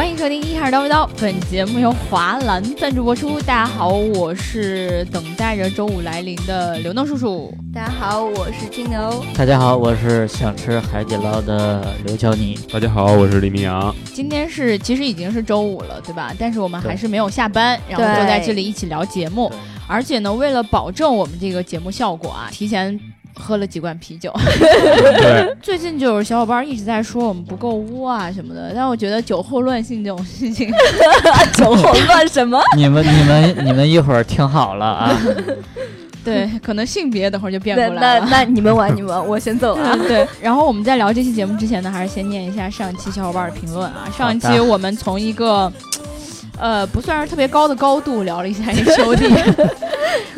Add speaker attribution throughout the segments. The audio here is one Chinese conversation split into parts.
Speaker 1: 是叨逼叨，本节目由华兰赞助播出。大家好，我是等待着周五来临的刘能叔叔。
Speaker 2: 大家好，我是金牛。
Speaker 3: 大家好，我是想吃海底捞的刘娇妮。
Speaker 4: 大家好，我是李明阳。
Speaker 1: 今天是其实已经是周五了，对吧？但是我们还
Speaker 3: 对
Speaker 1: 是没有下班，然后
Speaker 2: 对
Speaker 1: 就在这里一起聊节目。而且呢，为了保证我们这个节目效果啊，提前喝了几罐啤酒。
Speaker 4: 对，
Speaker 1: 最近就有小伙伴一直在说我们不够污啊什么的，但我觉得酒后乱性这种事 情，
Speaker 2: 酒后乱什 么？
Speaker 3: 你们、你们、你们一会儿听好了 啊！
Speaker 1: 对，可能性别等会儿就变
Speaker 2: 那
Speaker 1: 过
Speaker 2: 那
Speaker 1: 来了。
Speaker 2: 那你们玩你们，我先走 啊了。
Speaker 1: 对，然后我们在聊这期节目之前呢，还是先念一下上一期小伙伴的评论啊。上一期
Speaker 3: 好的
Speaker 1: 我们从一个，呃，不算是特别高的高度聊了一下 HOT，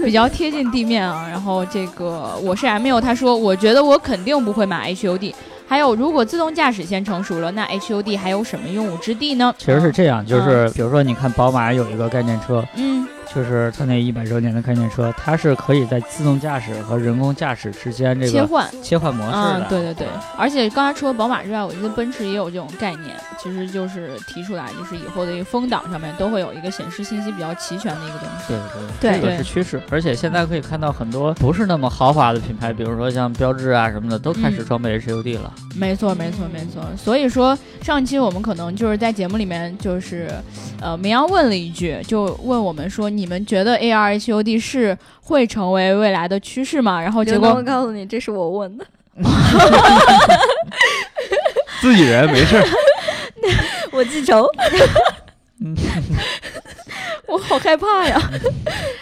Speaker 1: 比较贴近地面啊。然后这个我是 M U，他说我觉得我肯定不会买 HOD。还有，如果自动驾驶先成熟了，那 HOD 还有什么用武之地呢？
Speaker 3: 其实是这样，就是比如说，你看宝马有一个概念车，
Speaker 1: 嗯，
Speaker 3: 就是它那一百周年的概念车，它是可以在自动驾驶和人工驾驶之间这
Speaker 1: 切
Speaker 3: 个
Speaker 1: 换。
Speaker 3: 切换啊模式
Speaker 1: 嗯
Speaker 3: 的。，
Speaker 1: 对对对，而且刚才除了宝马之外，我觉得奔驰也有这种概念，其实就是提出来，就是以后的一个风挡上面都会有一个显示信息比较齐全的一个东西。
Speaker 3: 对
Speaker 2: 对
Speaker 3: 对，这个是趋势，而且现在可以看到很多不是那么豪华的品牌，比如说像标致啊什么的，都开始
Speaker 1: 嗯
Speaker 3: 装备 HUD 了。
Speaker 1: 没错，没错，没错。所以说上期我们可能就是在节目里面，就是呃，绵阳问了一句，就问我们说，你们觉得 AR HUD 是会成为未来的趋势吗？然后结
Speaker 2: 刘能，
Speaker 1: 果
Speaker 2: 我告诉你，这是我问的，
Speaker 4: 自己人没事儿。
Speaker 2: 我记仇。
Speaker 1: 我好害怕呀。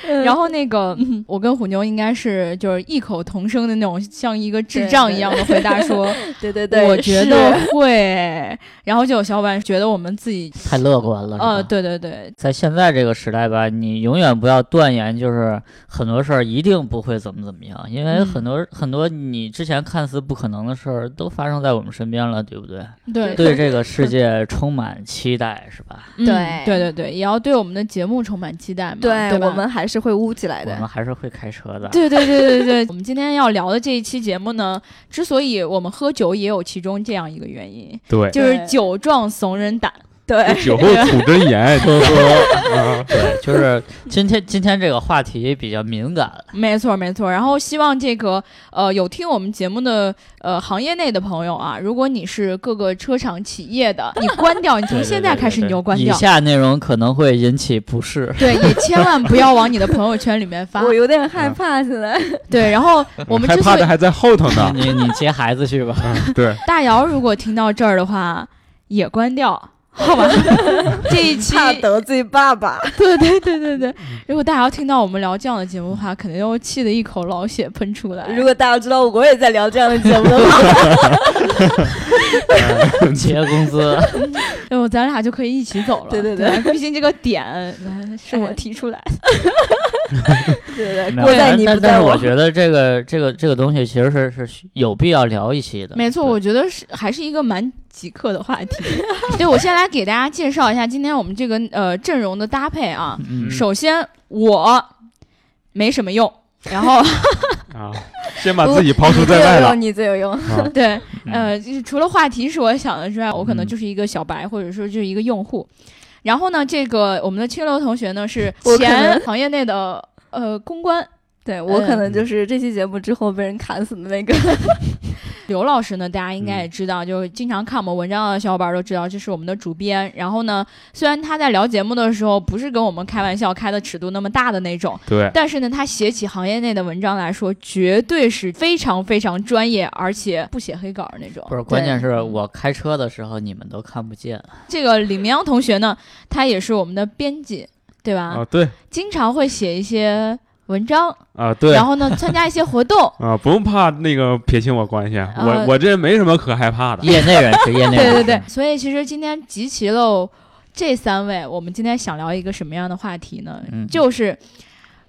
Speaker 1: 然
Speaker 2: 然后
Speaker 1: 后那个，嗯我跟虎妞应该是就是异口同声的那种，像一个智
Speaker 2: 对
Speaker 1: 障
Speaker 2: 对
Speaker 1: 一样的回答说。
Speaker 2: 对对对，
Speaker 1: 我觉
Speaker 2: 是
Speaker 1: 得会。哎然后就有小伙伴觉得我们自己，
Speaker 3: 太乐观了。是吧
Speaker 1: 呃，对对对，
Speaker 3: 在现在这个时代吧，你永远不要断言，就是很多事儿一定不会怎么怎么样，因为
Speaker 1: 嗯
Speaker 3: 很多、很多你之前看似不可能的事儿都发生在我们身边了，对不对？
Speaker 1: 对
Speaker 3: 对这个世界充满期待，是吧？
Speaker 1: 嗯
Speaker 2: 对
Speaker 1: 对对对，也要对我们的节目充满期待嘛，
Speaker 2: 对
Speaker 1: 对吧
Speaker 2: 我。们还是会污起来
Speaker 3: 我们
Speaker 2: 的。
Speaker 3: 还是会开车的。
Speaker 1: 对对对对对，我们今天要聊的这一期节目呢，之所以我们喝酒也有其中这样一个原因，
Speaker 4: 对，
Speaker 1: 就是
Speaker 2: 对
Speaker 1: 酒壮怂人胆。
Speaker 2: 对，
Speaker 4: 酒后吐真言，
Speaker 3: 呵呵，
Speaker 4: 啊
Speaker 3: 对，就是今天今天这个话题比较敏感，
Speaker 1: 没错，没错。然后希望这个呃有听我们节目的呃行业内的朋友啊，如果你是各个车厂企业的，你关掉，你从
Speaker 3: 对
Speaker 1: 现
Speaker 3: 对
Speaker 1: 在
Speaker 3: 对
Speaker 1: 开始你
Speaker 3: 对
Speaker 1: 就关
Speaker 3: 以
Speaker 1: 掉，
Speaker 3: 下内容可能会引起不适。
Speaker 1: 对，也千万不要往你的朋友圈里面发。
Speaker 2: 我有点害怕现在。
Speaker 1: 对，然后 我们
Speaker 4: 害
Speaker 1: 之
Speaker 4: 怕
Speaker 1: 所以
Speaker 4: 的还在后头呢。
Speaker 3: 你你接孩子去吧。
Speaker 4: 嗯对，
Speaker 1: 大姚如果听到这儿的话，也关掉，好 吧？这一期，
Speaker 2: 怕得罪爸爸，
Speaker 1: 对对对对对，如果大姚听到我们聊这样的节目的话，肯定又气得一口老血喷出来。
Speaker 2: 如果大家知道我也在聊这样的节目的话，
Speaker 3: 结工 资，
Speaker 1: 哎呦，咱俩就可以一起走了。
Speaker 2: 对对对
Speaker 1: 对，毕竟这个 点呃是我提出来的。
Speaker 2: 对
Speaker 1: 哎
Speaker 2: 对，对
Speaker 3: 没有
Speaker 2: 过在
Speaker 3: 但
Speaker 2: 你不
Speaker 3: 但
Speaker 2: 在
Speaker 3: 但是我觉得这个这个这个东西其实是是需有必要聊一期的。
Speaker 1: 没错，
Speaker 3: 对
Speaker 1: 我觉得是还是一个蛮极客的话题。 对，我先来给大家介绍一下今天我们这个呃阵容的搭配啊。
Speaker 3: 嗯
Speaker 1: 首先我没什么用，然后嗯
Speaker 4: 啊，先把自己抛出在外
Speaker 2: 最有
Speaker 4: 了。
Speaker 2: 用，你最有用。
Speaker 4: 啊
Speaker 1: 对，
Speaker 3: 嗯
Speaker 1: 呃，就是除了话题是我想的之外，我可能
Speaker 3: 嗯
Speaker 1: 就是一个小白，或者说就是一个用户。然后呢，这个我们的清流同学呢是
Speaker 2: 我可
Speaker 1: 前
Speaker 2: 能
Speaker 1: 行业内的呃公关，
Speaker 2: 对我可
Speaker 1: 嗯
Speaker 2: 能就是这期节目之后被人砍死的那个。
Speaker 1: 刘老师呢，大家应该
Speaker 2: 嗯
Speaker 1: 也知道，就是经常看我们文章的小伙伴都知道，这是我们的主编。然后呢，虽然他在聊节目的时候不是跟我们开玩笑开的尺度那么大的那种，
Speaker 4: 对，
Speaker 1: 但是呢，他写起行业内的文章来说，绝对是非常非常专业，而且不写黑稿儿那种。
Speaker 3: 不是，关键
Speaker 1: 对
Speaker 3: 是我开车的时候你们都看不见。
Speaker 1: 这个李明阳同学呢，他也是我们的编辑，对吧？
Speaker 4: 啊，对，
Speaker 1: 经常会写一些文章，
Speaker 4: 啊，对。
Speaker 1: 然，后呢，参加一些活动
Speaker 4: 啊，不用怕那个撇清我关系，啊
Speaker 1: 嗯
Speaker 4: 我我这人没什么可害怕的。
Speaker 3: 业内人士，业内
Speaker 1: 对
Speaker 3: 人
Speaker 1: 对
Speaker 3: 士。
Speaker 1: 对，所以其实今天集齐了这三位，我们今天想聊一个什么样的话题呢？
Speaker 3: 嗯
Speaker 1: 就是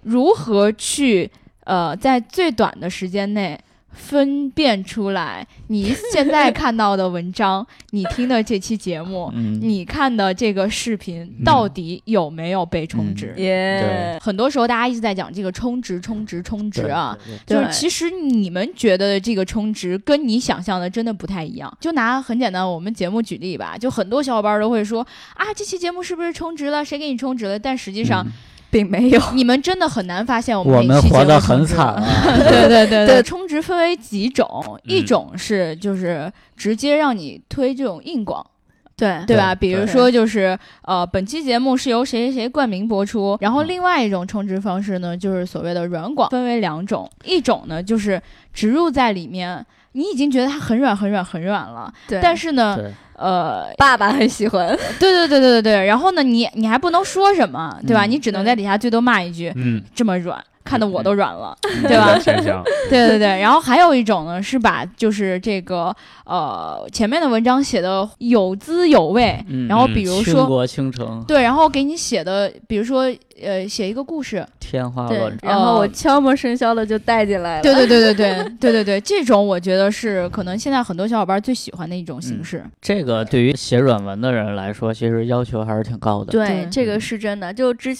Speaker 1: 如何去呃，在最短的时间内分辨出来你现在看到的文章，你听的这期节目，
Speaker 3: 嗯，
Speaker 1: 你看的这个视频
Speaker 4: 嗯
Speaker 1: 到底有没有被充值？
Speaker 2: 耶
Speaker 3: 对，
Speaker 1: 很多时候大家一直在讲这个充值、充值、充值啊，
Speaker 3: 对，
Speaker 1: 就
Speaker 2: 对
Speaker 1: 是其实你们觉得的这个充值跟你想象的真的不太一样。就拿很简单我们节目举例吧，就很多小伙伴都会说啊，这期节目是不是充值了？谁给你充值了？但实际上，
Speaker 3: 嗯
Speaker 2: 并没有。
Speaker 1: 你们真的很难发现我们
Speaker 3: 我
Speaker 1: 哪
Speaker 3: 们
Speaker 1: 期节目
Speaker 3: 活得
Speaker 1: 充
Speaker 3: 很
Speaker 1: 值
Speaker 3: 惨
Speaker 1: 了。
Speaker 3: 嗯啊，
Speaker 1: 对对对对，
Speaker 2: 对
Speaker 1: 充值分为几种，一种是就是直接让你推这种硬广。
Speaker 2: 对
Speaker 1: 对吧？
Speaker 3: 对
Speaker 1: 比如说，就是呃，本期节目是由谁谁谁冠名播出。然后另外一种充值方式呢，就是所谓的软广，嗯分为两种，一种呢就是植入在里面，你已经觉得它很软很软很软了，
Speaker 2: 对
Speaker 1: 但是 呢，
Speaker 3: 啊对，
Speaker 1: 呃，
Speaker 2: 爸爸很喜欢，
Speaker 1: 对对对对对对，然后呢，你你还不能说什么，对吧？
Speaker 3: 嗯
Speaker 1: 你只能在底下最多骂一句
Speaker 4: 嗯，
Speaker 1: 这么软，看得我都软了。
Speaker 3: 嗯
Speaker 4: 对
Speaker 1: 吧
Speaker 4: 现象，
Speaker 1: 对对对，然后还有一种呢，是把就是这个呃前面的文章写的有滋有味，
Speaker 3: 嗯
Speaker 1: 然后比如
Speaker 3: 倾
Speaker 1: 说、
Speaker 3: 国倾城，
Speaker 1: 对，然后给你写的，比如说呃写一个故事，
Speaker 3: 天花
Speaker 2: 对
Speaker 3: 啊乱，坠，
Speaker 2: 然后我悄无声息的就带进来了。
Speaker 1: 对对对对对 对对对，这种我觉得是可能现在很多小伙伴最喜欢的一种形式。
Speaker 3: 这个对于写软文的人来说，其实要求还是挺高的。
Speaker 2: 对
Speaker 1: 对
Speaker 2: 这个是真的。就之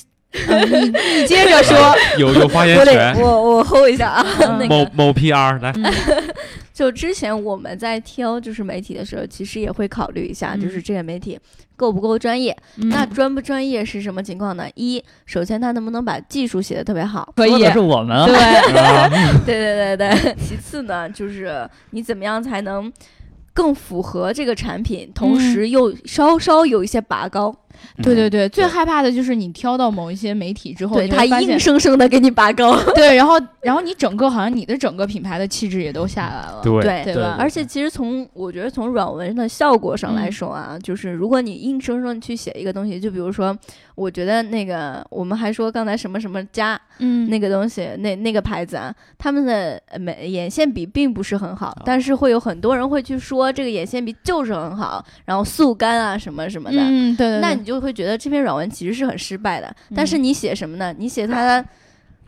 Speaker 1: 嗯你你接着说，
Speaker 4: 有有发言
Speaker 2: 我得
Speaker 4: 权。
Speaker 2: 我我 hold 一下 啊，
Speaker 1: 嗯
Speaker 2: 那
Speaker 4: 某
Speaker 2: 个
Speaker 4: 某 PR 来，
Speaker 2: 就之前我们在挑就是媒体的时候，其实也会考虑一下，
Speaker 1: 嗯
Speaker 2: 就是这个媒体够不够专业。
Speaker 1: 嗯
Speaker 2: 那专不专业是什么情况呢？一，首先他能不能把技术写得特别 好，
Speaker 1: 可
Speaker 3: 说
Speaker 1: 以
Speaker 3: 的是我们啊，
Speaker 1: 对，
Speaker 2: 对对对对。其次呢，就是你怎么样才能更符合这个产品，同时又稍稍有一些拔高，
Speaker 1: 对对
Speaker 3: 嗯
Speaker 1: 对，最害怕的就是你挑到某一些媒体之后，
Speaker 2: 对
Speaker 1: 你会
Speaker 2: 他
Speaker 1: 发现
Speaker 2: 硬生生的给你拔高。
Speaker 1: 对，然后然后你整个好像你的整个品牌的气质也都下来了，
Speaker 4: 对
Speaker 2: 对
Speaker 1: 对
Speaker 3: 对
Speaker 1: 吧？
Speaker 2: 而且其实从我觉得从软文的效果上来
Speaker 1: 嗯
Speaker 2: 说啊，就是如果你硬生生地去写一个东西，就比如说，我觉得那个我们还说刚才什么什么家、
Speaker 1: 嗯
Speaker 2: 那个东西，那那个牌子啊，他们的呃美眼线笔并不是很好，
Speaker 3: 哦
Speaker 2: 但是会有很多人会去说这个眼线笔就是很好，然后速干啊什么什么的。
Speaker 1: 嗯，对对，
Speaker 2: 那
Speaker 1: 对
Speaker 2: 你就会觉得这篇软文其实是很失败的，但是
Speaker 1: 嗯
Speaker 2: 你写什么呢？你写它的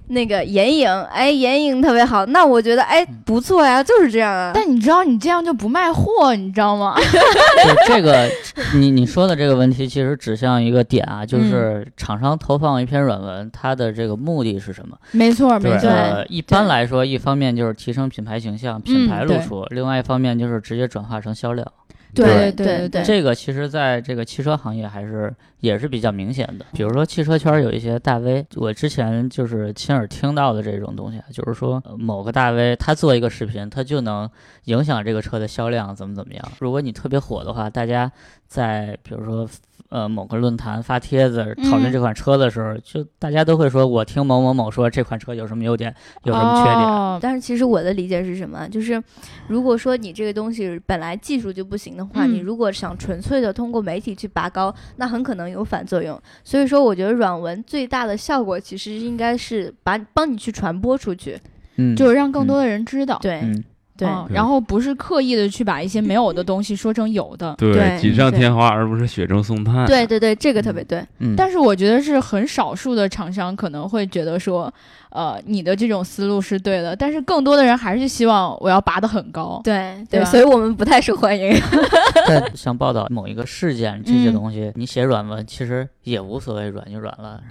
Speaker 2: 那个眼影，哎，眼影特别好，那我觉得哎不错呀，就是这样啊。
Speaker 1: 但你知道你这样就不卖货，你知道吗？
Speaker 3: 就这个，你你说的这个问题，其实指向一个点啊，
Speaker 1: 嗯
Speaker 3: 就是厂商投放一篇软文，它的这个目的是什么？
Speaker 1: 没错，没
Speaker 4: 对
Speaker 1: 错，嗯
Speaker 3: 呃，一般来说，一方面就是提升品牌形象、品牌露出，另外一方面就是直接转化成销量。
Speaker 1: 对
Speaker 2: 对
Speaker 1: 对对
Speaker 2: 对
Speaker 1: 对，
Speaker 3: 这个其实在这个汽车行业还是也是比较明显的。比如说汽车圈有一些大 V，我之前就是亲耳听到的这种东西啊，就是说呃某个大 V 他做一个视频，他就能影响这个车的销量怎么怎么样。如果你特别火的话，大家在比如说。呃，某个论坛发帖子讨论
Speaker 1: 嗯
Speaker 3: 这款车的时候，就大家都会说，我听某某某说这款车有什么优点，有什么缺点，
Speaker 1: 哦
Speaker 2: 但是其实我的理解是什么？就是如果说你这个东西本来技术就不行的话，
Speaker 1: 嗯
Speaker 2: 你如果想纯粹的通过媒体去拔高，那很可能有反作用。所以说，我觉得软文最大的效果其实应该是把帮你去传播出去。
Speaker 3: 嗯，
Speaker 1: 就是让更多的人知道，
Speaker 2: 对、
Speaker 3: 嗯，
Speaker 2: 对、
Speaker 1: 嗯
Speaker 4: 对
Speaker 1: 然后不是刻意的去把一些没有的东西说成有的。
Speaker 4: 对，
Speaker 2: 对
Speaker 4: 锦上添花而不是雪中送炭。
Speaker 2: 对对对，这个特别对。
Speaker 3: 嗯，
Speaker 1: 但是我觉得是很少数的厂商可能会觉得说，呃，你的这种思路是对的，但是更多的人还是希望我要拔得很高。
Speaker 2: 对
Speaker 1: 对吧
Speaker 2: 对，所以我们不太受欢迎。
Speaker 3: 但像报道某一个事件这些
Speaker 1: 嗯
Speaker 3: 东西，你写软文其实也无所谓，软就软了。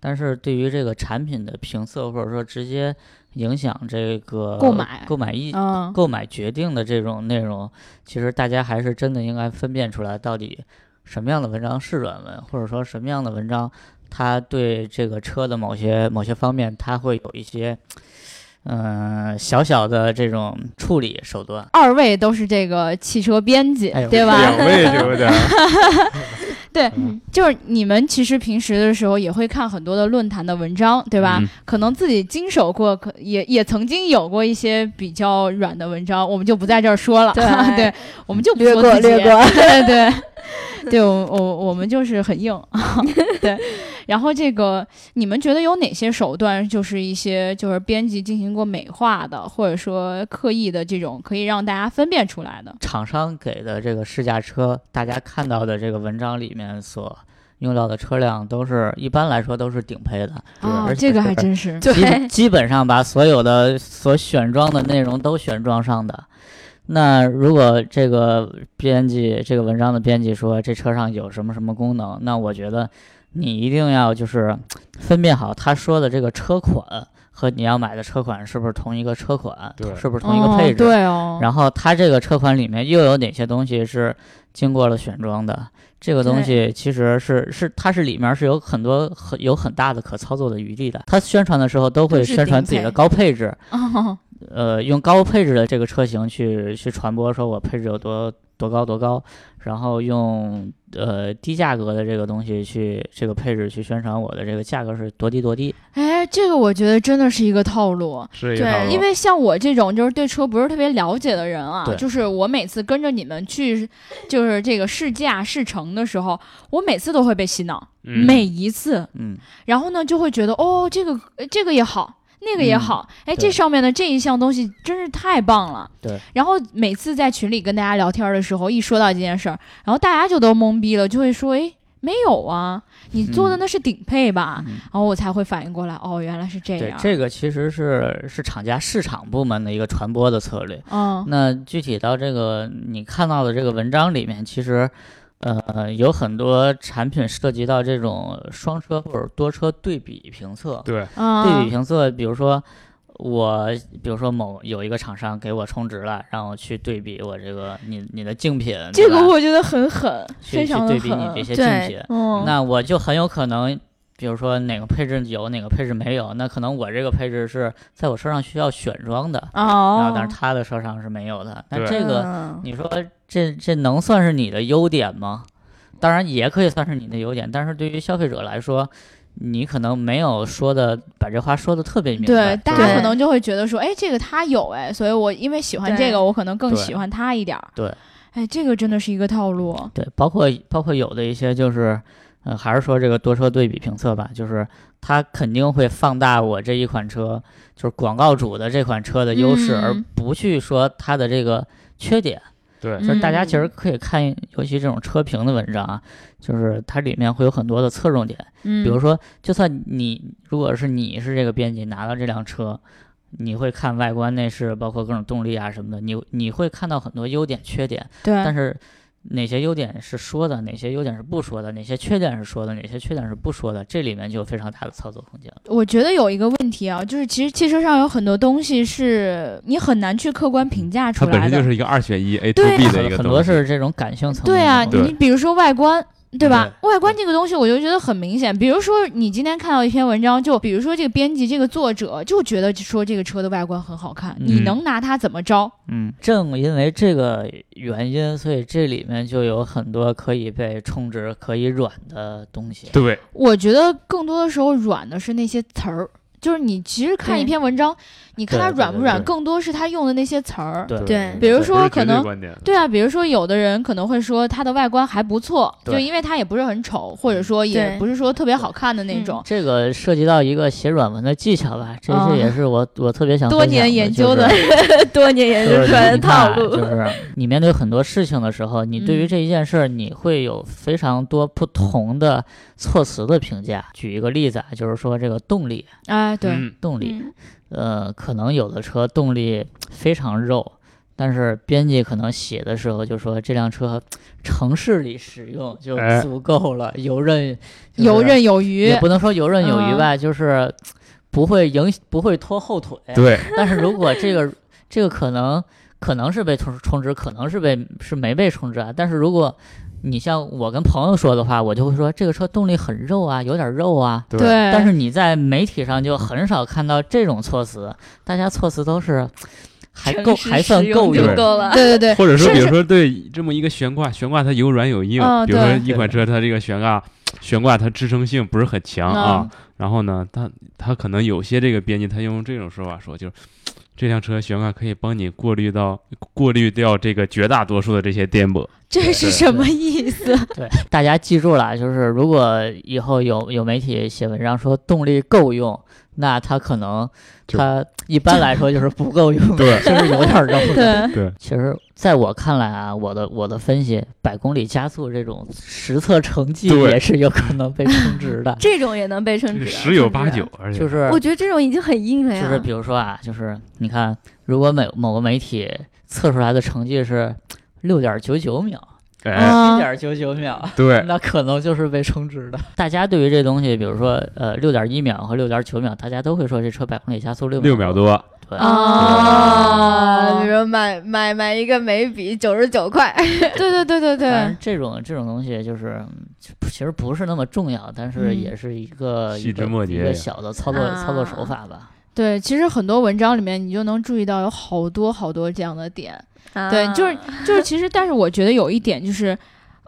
Speaker 3: 但是对于这个产品的评测，或者说直接影响这个
Speaker 1: 购买
Speaker 3: 购买意、
Speaker 1: 嗯，
Speaker 3: 购买决定的这种内容，其实大家还是真的应该分辨出来，到底什么样的文章是软文，或者说什么样的文章，它对这个车的某些某些方面，它会有一些。嗯、小小的这种处理手段，
Speaker 1: 二位都是这个汽车编辑，
Speaker 3: 哎呦
Speaker 1: 对吧？
Speaker 4: 两位就有点儿，
Speaker 1: 对
Speaker 4: 嗯，
Speaker 1: 就是你们其实平时的时候也会看很多的论坛的文章，对吧？
Speaker 4: 嗯
Speaker 1: 可能自己经手过，可也也曾经有过一些比较软的文章，我们就不在这儿说了。
Speaker 2: 对
Speaker 1: 我们就不
Speaker 2: 略
Speaker 1: 说
Speaker 2: 过
Speaker 1: 自己
Speaker 2: 略过
Speaker 1: 对对对，对我我我们就是很硬。 对，然后这个你们觉得有哪些手段，就是一些就是编辑进行过美化的，或者说刻意的这种，可以让大家分辨出来的？
Speaker 3: 厂商给的这个试驾车，大家看到的这个文章里面所用到的车辆都是一般来说都是顶配的，
Speaker 1: 哦
Speaker 3: 而，且
Speaker 1: 这个
Speaker 3: 是
Speaker 1: 还真是，
Speaker 3: 基
Speaker 2: 对
Speaker 3: 本，基本上把所有的所选装的内容都选装上的。那如果这个编辑这个文章的编辑说这车上有什么什么功能，那我觉得你一定要就是分辨好他说的这个车款和你要买的车款是不是同一个车款，
Speaker 4: 对
Speaker 3: 是不是同一个配置。
Speaker 1: 哦、对哦，
Speaker 3: 然后它这个车款里面又有哪些东西是经过了选装的？这个东西其实是是它是里面是有很多很有很大的可操作的余地的。它宣传的时候都会
Speaker 1: 都是
Speaker 3: 宣传
Speaker 1: 顶
Speaker 3: 自己的
Speaker 1: 配
Speaker 3: 高配置，
Speaker 1: 哦
Speaker 3: 呃，用高配置的这个车型去去传播，说我配置有多多高多高，然后用呃低价格的这个东西去这个配置去宣传我的这个价格是多低多低。
Speaker 1: 哎，这个我觉得真的是一个套路。
Speaker 4: 是一个套
Speaker 1: 对，
Speaker 3: 嗯
Speaker 4: 路
Speaker 1: 因为像我这种就是对车不是特别了解的人啊
Speaker 3: 对，
Speaker 1: 就是我每次跟着你们去，就是这个试驾试乘的时候，我每次都会被洗脑，
Speaker 4: 嗯
Speaker 1: 每一次，
Speaker 3: 嗯，
Speaker 1: 然后呢就会觉得哦，这个呃这个也好，那个也
Speaker 3: 嗯
Speaker 1: 好，哎，
Speaker 3: 对
Speaker 1: 这上面的这一项东西真是太棒了。
Speaker 3: 对。
Speaker 1: 然后每次在群里跟大家聊天的时候，一说到这件事儿，然后大家就都懵逼了，就会说，哎，没有啊，你做的
Speaker 3: 嗯
Speaker 1: 那是顶配吧？
Speaker 3: 嗯
Speaker 1: 然后我才会反应过来，哦，原来是这
Speaker 3: 对
Speaker 1: 样。，
Speaker 3: 这个其实是是厂家市场部门的一个传播的策略。
Speaker 1: 嗯，
Speaker 3: 那具体到这个你看到的这个文章里面，其实，呃，有很多产品涉及到这种双车或者多车对比评测。
Speaker 4: 对
Speaker 1: 啊，
Speaker 3: 嗯对比评测，比如说我，比如说某有一个厂商给我充值了，让我去对比我这个你你的竞品，
Speaker 1: 这
Speaker 3: 对吧
Speaker 1: 个我觉得很狠，
Speaker 3: 去
Speaker 1: 非常的
Speaker 3: 去对比你
Speaker 1: 狠。
Speaker 3: 这些竞
Speaker 2: 对
Speaker 3: 品，
Speaker 1: 嗯，
Speaker 3: 那我就很有可能，比如说哪个配置有，哪个配置没有，那可能我这个配置是在我车上需要选装的，然
Speaker 1: 哦
Speaker 3: 后，但是他的车上是没有的。那
Speaker 4: 对
Speaker 3: 这个
Speaker 2: 嗯
Speaker 3: 你说这这能算是你的优点吗？当然也可以算是你的优点，但是对于消费者来说，你可能没有说的把这话说的特别明白。
Speaker 1: 对，大家
Speaker 2: 对
Speaker 1: 可能就会觉得说，哎，这个他有哎，所以我因为喜欢
Speaker 2: 对
Speaker 1: 这个，我可能更
Speaker 3: 对
Speaker 1: 喜欢他一点儿。
Speaker 3: 对，
Speaker 1: 哎，这个真的是一个套路。
Speaker 3: 对，包括包括有的一些就是，呃，还是说这个多车对比评测吧，就是它肯定会放大我这一款车，就是广告主的这款车的优势，
Speaker 1: 嗯
Speaker 3: 而不去说它的这个缺点。
Speaker 4: 对
Speaker 1: 嗯
Speaker 3: 就是大家其实可以看，尤其这种车评的文章啊，就是它里面会有很多的侧重点。
Speaker 1: 嗯，
Speaker 3: 比如说，就算你如果是你是这个编辑拿到这辆车，你会看外观、内饰，包括各种动力啊什么的，你你会看到很多优点、缺点，
Speaker 1: 对，
Speaker 3: 但是哪些优点是说的，哪些优点是不说的，哪些缺点是说的，哪些缺点是不说的，这里面就有非常大的操作空间了。
Speaker 1: 我觉得有一个问题啊，就是其实汽车上有很多东西是你很难去客观评价
Speaker 4: 它
Speaker 1: 出
Speaker 4: 本
Speaker 1: 来
Speaker 4: 身就
Speaker 1: 的。
Speaker 4: 是一个二选一 A to
Speaker 1: 对
Speaker 4: B
Speaker 1: 啊
Speaker 4: 的一个
Speaker 3: 很
Speaker 4: 东
Speaker 3: 多
Speaker 4: 西
Speaker 3: 是这种感性层面
Speaker 1: 对
Speaker 3: 的
Speaker 1: 啊，
Speaker 3: 东西。
Speaker 1: 你比如说外观。对吧？外观
Speaker 3: 对
Speaker 1: 这个东西，我就觉得很明显。比如说，你今天看到一篇文章，就比如说这个编辑、这个作者就觉得说这个车的外观很好看，你
Speaker 4: 嗯
Speaker 1: 能拿它怎么着？
Speaker 3: 嗯，正因为这个原因，所以这里面就有很多可以被充值、可以软的东西。
Speaker 4: 对
Speaker 1: 我觉得更多的时候软的是那些词儿，就是你其实看一
Speaker 2: 对
Speaker 1: 篇文章，你看它
Speaker 3: 对对
Speaker 1: 软不
Speaker 3: 对
Speaker 1: 软，
Speaker 3: 对
Speaker 1: 更多是它用的那些词儿。
Speaker 3: 对
Speaker 2: 对
Speaker 1: 比如
Speaker 3: 对
Speaker 1: 说
Speaker 4: 不是
Speaker 1: 可
Speaker 4: 绝对
Speaker 1: 能
Speaker 4: 观点的
Speaker 1: 对啊，比如说有的人可能会说它的外观还不错，
Speaker 3: 对
Speaker 1: 就因为它也不是很丑，或者说也
Speaker 2: 对
Speaker 1: 不是说特别好看的那种。
Speaker 3: 这个涉及到一个写软文的技巧吧，这
Speaker 1: 哦
Speaker 3: 这也是我、我特嗯别想
Speaker 1: 多
Speaker 3: 分享
Speaker 1: 年研究
Speaker 3: 的
Speaker 1: 的
Speaker 3: 就是，
Speaker 2: 多年研
Speaker 3: 就是
Speaker 2: 究
Speaker 3: 你
Speaker 2: 出来的
Speaker 3: 看啊
Speaker 2: 套路
Speaker 3: 就，是 你面对很多事情的时候，你对于
Speaker 1: 嗯
Speaker 3: 这一件事儿，你会有非常多不同的措辞的评价。举一个例子啊，就是说这个动力，
Speaker 1: 哎，对，
Speaker 4: 嗯
Speaker 3: 动力，
Speaker 2: 嗯
Speaker 3: 呃，可能有的车动力非常肉。但是编辑可能写的时候就说这辆车城市里使用就
Speaker 4: 哎
Speaker 3: 足够了，游刃就是
Speaker 1: 游刃有余
Speaker 3: 也。不能说游刃有余
Speaker 1: 嗯
Speaker 3: 吧，就是不会影不会拖后腿。
Speaker 4: 对
Speaker 3: 但是如果这个这个可能可能是被充充值，可能是被是没被充值啊。但是如果你像我跟朋友说的话，我就会说这个车动力很肉啊，有点肉啊。
Speaker 1: 对，
Speaker 3: 但是你在媒体上就很少看到这种措辞，大家措辞都是还够还算够
Speaker 4: 就
Speaker 3: 用
Speaker 4: 用。
Speaker 2: 够 了。，
Speaker 1: 对对对，
Speaker 4: 或者说，
Speaker 1: 甚
Speaker 4: 比如
Speaker 1: 至
Speaker 4: 说对这么一个悬挂，悬挂它有软有硬。
Speaker 1: 嗯
Speaker 4: 比如说
Speaker 1: 对
Speaker 4: 一款车，它这个悬挂，悬挂它支撑性不是很强
Speaker 1: 哦
Speaker 4: 啊。然后呢，它它可能有些这个编辑，他用这种说法说，就是这辆车悬挂可以帮你过滤到过滤掉这个绝大多数的这些颠簸。
Speaker 1: 这是
Speaker 4: 对
Speaker 1: 什么意思？
Speaker 3: 对， 大家记住了，就是如果以后有有媒体写文章说动力够用，那它可能
Speaker 4: 就
Speaker 3: 它一般来说就是不够用，
Speaker 4: 对
Speaker 3: 就是有点儿肉的。
Speaker 1: 对，
Speaker 4: 对，
Speaker 3: 其实，在我看来啊，我的我的分析，百公里加速这种实测成绩
Speaker 4: 对
Speaker 3: 也是有可能被充值的
Speaker 2: 这种也能被
Speaker 4: 这
Speaker 2: 称
Speaker 4: 个
Speaker 2: 职，
Speaker 4: 十有
Speaker 2: 是不是
Speaker 4: 八九。，而且
Speaker 3: 就是
Speaker 2: 我觉得这种已经很硬了呀。
Speaker 3: 就是比如说啊，就是你看，如果某某个媒体测出来的成绩是六点九九秒，
Speaker 4: 哎，
Speaker 3: 一
Speaker 1: 嗯，
Speaker 3: 点九九秒，
Speaker 4: 对，
Speaker 3: 那可能就是被充值的。大家对于这东西，比如说呃六点一秒和六点九秒，大家都会说这车百公里加速六
Speaker 4: 六秒
Speaker 3: 多。
Speaker 4: 多，
Speaker 3: 对，
Speaker 2: 啊，
Speaker 1: 哦
Speaker 2: 比如买买买一个眉笔九十九块，
Speaker 1: 对对对对
Speaker 3: 当
Speaker 1: 对
Speaker 3: 然，这种这种东西就是嗯其实不是那么重要，但是
Speaker 1: 嗯
Speaker 3: 也是一个
Speaker 4: 细
Speaker 3: 一个
Speaker 4: 枝末
Speaker 3: 一
Speaker 4: 节
Speaker 3: 个
Speaker 4: 呀
Speaker 3: 小的操作操作手
Speaker 2: 啊
Speaker 3: 法吧。
Speaker 1: 对，其实很多文章里面你就能注意到有好多好多这样的点，
Speaker 3: 啊
Speaker 1: 对，就是
Speaker 3: 嗯
Speaker 2: 啊
Speaker 1: 就是，其实，但是我觉得有一点就是，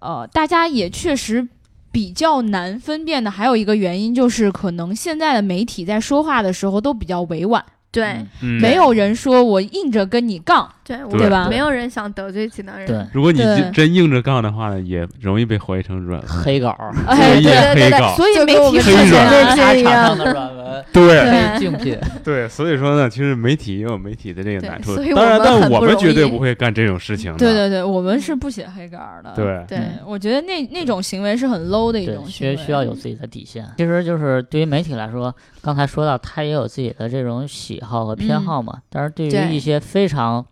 Speaker 1: 呃，大家也确实比较难分辨的，还有一个原因就是，可能现在的媒体在说话的时候都比较委婉，
Speaker 2: 对
Speaker 3: 嗯，
Speaker 4: 嗯
Speaker 1: 没有人说我硬着跟你杠，
Speaker 2: 对我
Speaker 1: 对吧
Speaker 2: 没有人想得罪济南人，
Speaker 3: 对，
Speaker 4: 如果你
Speaker 1: 对
Speaker 4: 真真硬着杠的话呢，也容易被怀疑成软文。
Speaker 3: 黑稿儿，
Speaker 1: 哎，对，
Speaker 4: 作业
Speaker 2: 对
Speaker 4: 黑
Speaker 2: 对对
Speaker 4: 稿，
Speaker 1: 所以媒体
Speaker 4: 就跟我
Speaker 1: 很
Speaker 4: 们
Speaker 1: 难
Speaker 2: 的
Speaker 4: 之前
Speaker 1: 啊
Speaker 2: 这
Speaker 3: 沙
Speaker 2: 一
Speaker 3: 场上
Speaker 2: 样
Speaker 3: 的软文，
Speaker 4: 对
Speaker 2: 哎对
Speaker 3: 非竞品。
Speaker 4: 对，所以说呢，其实媒体也有媒体的这个
Speaker 2: 对
Speaker 4: 难处
Speaker 2: 所以。我
Speaker 4: 当然，
Speaker 2: 们
Speaker 4: 但
Speaker 2: 很
Speaker 4: 我
Speaker 2: 不
Speaker 4: 们
Speaker 2: 容
Speaker 4: 绝对
Speaker 2: 易
Speaker 4: 不会干这种事情的。
Speaker 1: 对对对，我们是不写黑杆儿的。
Speaker 4: 对
Speaker 2: 对
Speaker 1: 对，我觉得那那种行为是很 low 的一
Speaker 3: 对
Speaker 1: 种，行
Speaker 3: 需
Speaker 1: 为，嗯
Speaker 3: 需要有自己的底线。其实就是对于媒体来说，刚才说到他也有自己的这种喜好和偏
Speaker 1: 嗯
Speaker 3: 好嘛，但是对
Speaker 2: 对
Speaker 3: 于一些非常。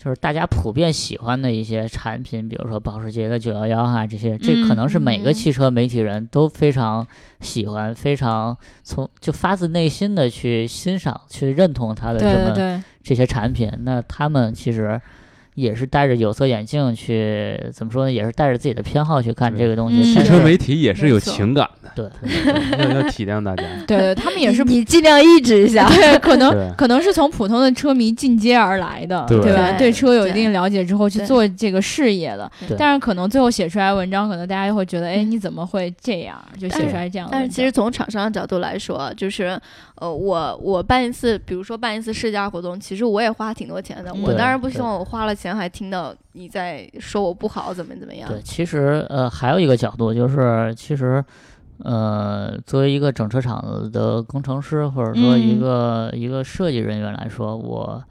Speaker 3: 就是大家普遍喜欢的一些产品，比如说保时捷的九幺幺啊，这些，这可能是每个
Speaker 1: 嗯
Speaker 3: 汽车媒体人都非常喜欢，非常从就发自内心的去欣赏、去认同它的
Speaker 1: 对
Speaker 3: 这么
Speaker 1: 对对，
Speaker 3: 这些产品，那他们其实也是戴着有色眼镜去，怎么说呢？也是带着自己的偏好去看
Speaker 4: 对
Speaker 3: 这个东西。
Speaker 1: 嗯
Speaker 3: 但
Speaker 4: 汽
Speaker 3: 是
Speaker 4: 车媒体也是有
Speaker 2: 没错
Speaker 4: 情感的，
Speaker 3: 对，
Speaker 4: 对要要体谅大家。
Speaker 1: 对对，他们也是
Speaker 2: 你你尽量抑制一下。
Speaker 1: 对，可
Speaker 4: 对
Speaker 1: 能可能是从普通的车迷进阶而来的，
Speaker 4: 对
Speaker 1: 吧？
Speaker 2: 对
Speaker 1: 对车有一定了解之后去
Speaker 2: 对
Speaker 1: 做这个事业的
Speaker 3: 对，
Speaker 1: 但是可能最后写出来文章，可能大家又会觉得，哎，你怎么会这样？就写出来
Speaker 3: 啊
Speaker 1: 这样的
Speaker 2: 嗯但
Speaker 1: 文章。
Speaker 2: 是其实从厂商的角度来说，就是呃，我我办一次，比如说办一次试驾活动，其实我也花挺多钱的。
Speaker 1: 嗯
Speaker 2: 我
Speaker 3: 对
Speaker 2: 当然不希
Speaker 3: 对
Speaker 2: 望我花了钱还听到你在说我不好，怎么怎么样。
Speaker 3: 对，其实呃还有一个角度就是，其实呃作为一个整车厂的工程师，或者说一
Speaker 1: 嗯
Speaker 3: 个、一个设计人员来说，我